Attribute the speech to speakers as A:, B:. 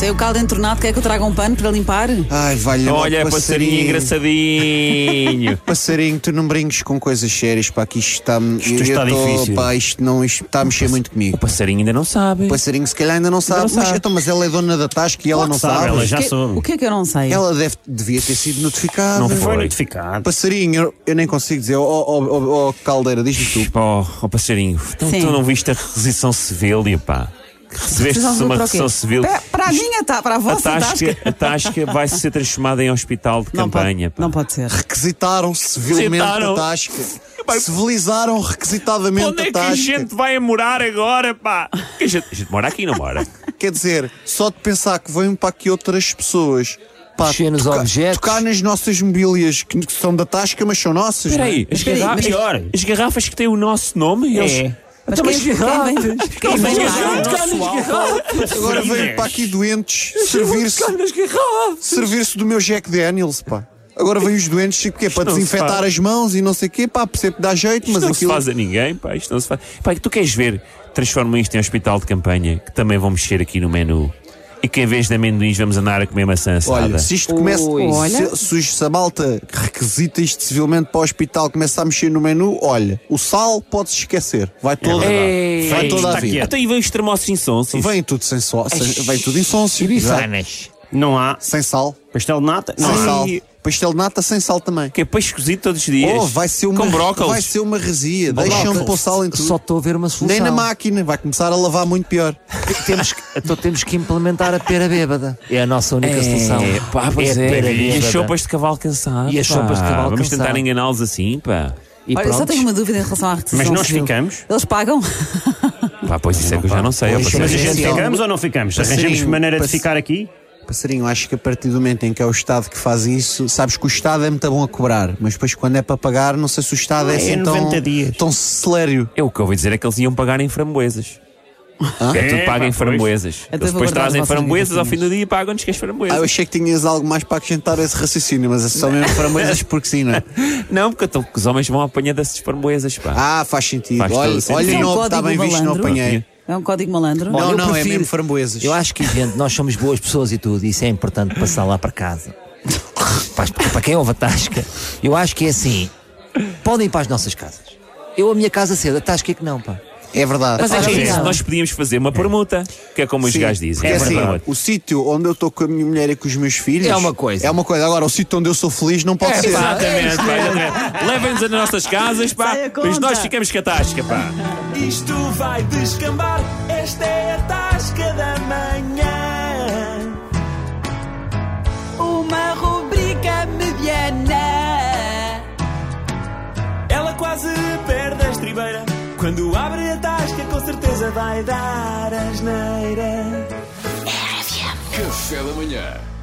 A: Tem o caldo entornado, quer que eu traga um pano para limpar?
B: Ai, um vai
C: Olha, É passarinho engraçadinho.
B: Passarinho, tu não brinques com coisas sérias, pá, que isto está... Isto
C: está difícil.
B: Pá, isto não isto está a mexer muito comigo.
C: O passarinho ainda não sabe.
B: O passarinho se calhar ainda não sabe,
C: não
B: Mas,
C: sabe.
B: então, mas ela é dona da tasca e ela não
C: sabe,
B: sabe.
C: ela já-
A: Que-
C: soube.
A: O que é que eu não sei?
B: Ela deve, devia ter sido notificada.
C: Não foi
B: Olha,
C: notificado.
B: Passarinho, eu, eu nem consigo dizer. Ó oh, oh, oh, Caldeira, diz-me tu.
C: Oh, oh, passarinho, então
A: Sim.
C: tu não viste a requisição civil, e pá. Recebeste
A: Precisamos
C: uma
A: para o quê?
C: requisição civil.
A: Para, para a minha, tá, para a
C: A
A: vossa tasca.
C: tasca, a tasca vai ser transformada em hospital de
A: Não,
C: é campanha.
A: pode, não pode ser.
B: Requisitaram civilmente
C: Requisitaram.
B: a tasca. Civilizaram requisitadamente
C: Onde é
B: a
C: que a
B: tasca.
C: gente vai morar agora, pá? Que A gente, a gente mora aqui, não mora?
B: Quer dizer, só de pensar que vêm para aqui outras pessoas. Pá,
D: Mexer nos objetos.
B: tocar nas nossas mobílias, que que são da tasca, mas são nossas.
C: Espera aí,
B: não é?
C: as,
A: Mas peraí,
C: garra-
A: mas-
C: as- as garrafas que têm o nosso nome, eles...
A: Mas
C: Então,
A: quem,
C: mas-
A: quem vem? Quem
C: Mas
A: vem
C: a
A: lá?
C: gente tocar nas garrafas.
B: Agora vêm para aqui doentes servir-se
C: Tocar nas garrafas.
B: servir-se do meu Jack Daniels, pá. Agora vêm os doentes, tipo, que é para
C: não se
B: desinfetar
C: faz.
B: as mãos e não sei o quê, pá, percebo que dá jeito,
C: Isto
B: mas
C: não se
B: aquilo.
C: faz a ninguém, pá. Isto não se faz. Pá, tu queres ver? Transforma isto em hospital de campanha, que também vão mexer aqui no menu. E que em vez de amendoins vamos andar a comer maçã assada.
B: Olha, se isto começa.
D: Ui.
A: Olha.
B: Se, se, os- se a malta que requisita isto civilmente para o hospital começa a mexer no menu, olha, o sal pode-se esquecer. Vai toda,
C: Ei,
B: vai toda
C: É
B: a
C: está
B: vida.
C: quieto. Até aí vem os termossos insonsos.
B: Vem tudo sem sal, sem, vem tudo insôncio. exato.
E: Não há
B: Sem sal,
E: pastel de nata? Não
B: sem
E: há.
B: sal. Pastel de nata sem sal também.
C: Que é peixe cozido todos os dias.
B: Oh, vai ser uma,
C: Com brócolis.
B: vai ser uma resia. Deixam-me pôr sal em tudo.
D: Só estou a ver uma solução.
B: Nem na máquina, vai começar a lavar muito pior.
D: Temos que, então temos que implementar a pera bêbada. É a nossa única solução.
C: É, pá, pois
D: a
C: é,
D: pera
C: e as
D: bêbada.
C: chopas de cavalo cansado.
D: E as
C: pá.
D: sopas de cavalo
C: Vamos
D: cansado.
C: tentar enganá-los assim, pá.
D: E
A: Olha, eu só
D: pronto.
A: tenho uma dúvida em relação à requisição
E: Mas nós
A: civil.
E: ficamos?
A: Eles pagam?
C: Pá, pois isso é que eu já não sei. ó,
D: Pois,
C: parceiro.
E: Mas a gente
D: Passarinho.
E: ficamos ou não ficamos? Arranjamos
B: Passarinho,
E: maneira de
B: pass-
E: ficar aqui?
B: Passarinho, acho que a partir do momento em que é o Estado que faz isso, sabes que o Estado é muito bom a cobrar, mas depois quando é para pagar, não sei se o Estado é,
E: Ah, é
B: assim tão,
E: 90 dias.
B: tão celério.
C: Eu o que eu ouvi dizer é que eles iam pagar em framboesas. É tudo
E: É,
C: pago em
E: pá, pois.
C: framboesas.
A: vou
C: Eles depois
A: guardar
C: trazem
A: as vossas
C: framboesas, ao fim
A: garrafinhas.
C: do dia pagam-nos que as
B: Ah, eu
C: framboesas.
B: achei que tinhas algo mais para acrescentar a esse raciocínio, mas é só mesmo framboesas porque sim, não é?
C: Não, porque eu tô- porque os homens vão à apanha dessas framboesas, pá.
B: Ah, faz sentido.
C: Faz todo
B: olha,
C: sentido.
B: olha
C: Isso é
A: um
B: não, está
A: código
B: bem visto, não
A: malandro.
B: apanhei.
A: É um código malandro?
B: Não,
D: eu
B: não, é
D: prefiro-
B: mesmo framboesas.
D: Eu acho que, gente, nós somos boas pessoas e tudo. Isso é importante passar lá para casa. Para, para quem ouve a Tasca, eu acho que é assim. Podem ir para as nossas casas. Eu, a minha casa cedo, a Tasca é que não, pá.
B: É verdade.
A: Mas
C: Mas é
A: olha,
C: isso,
A: não.
C: nós podíamos fazer uma permuta, que é como os
B: Sim,
C: gajos dizem.
B: porque assim,
C: verdade.
B: o sítio onde eu estou com a minha mulher e com os meus filhos
D: É uma coisa.
B: É uma coisa. Agora, o sítio onde eu sou feliz não pode ser.
C: Exatamente, É, pá, exatamente. Levem-nos às nossas casas, pá,
A: Sai a
C: mas nós
A: conta.
C: ficamos com a tasca, pá.
F: Isto vai descambar, esta é a tasca da manhã.
A: Uma rubrica mediana.
F: Ela quase perde a estribeira. Quando abre a tasca, com certeza vai dar asneira.
G: Café da manhã.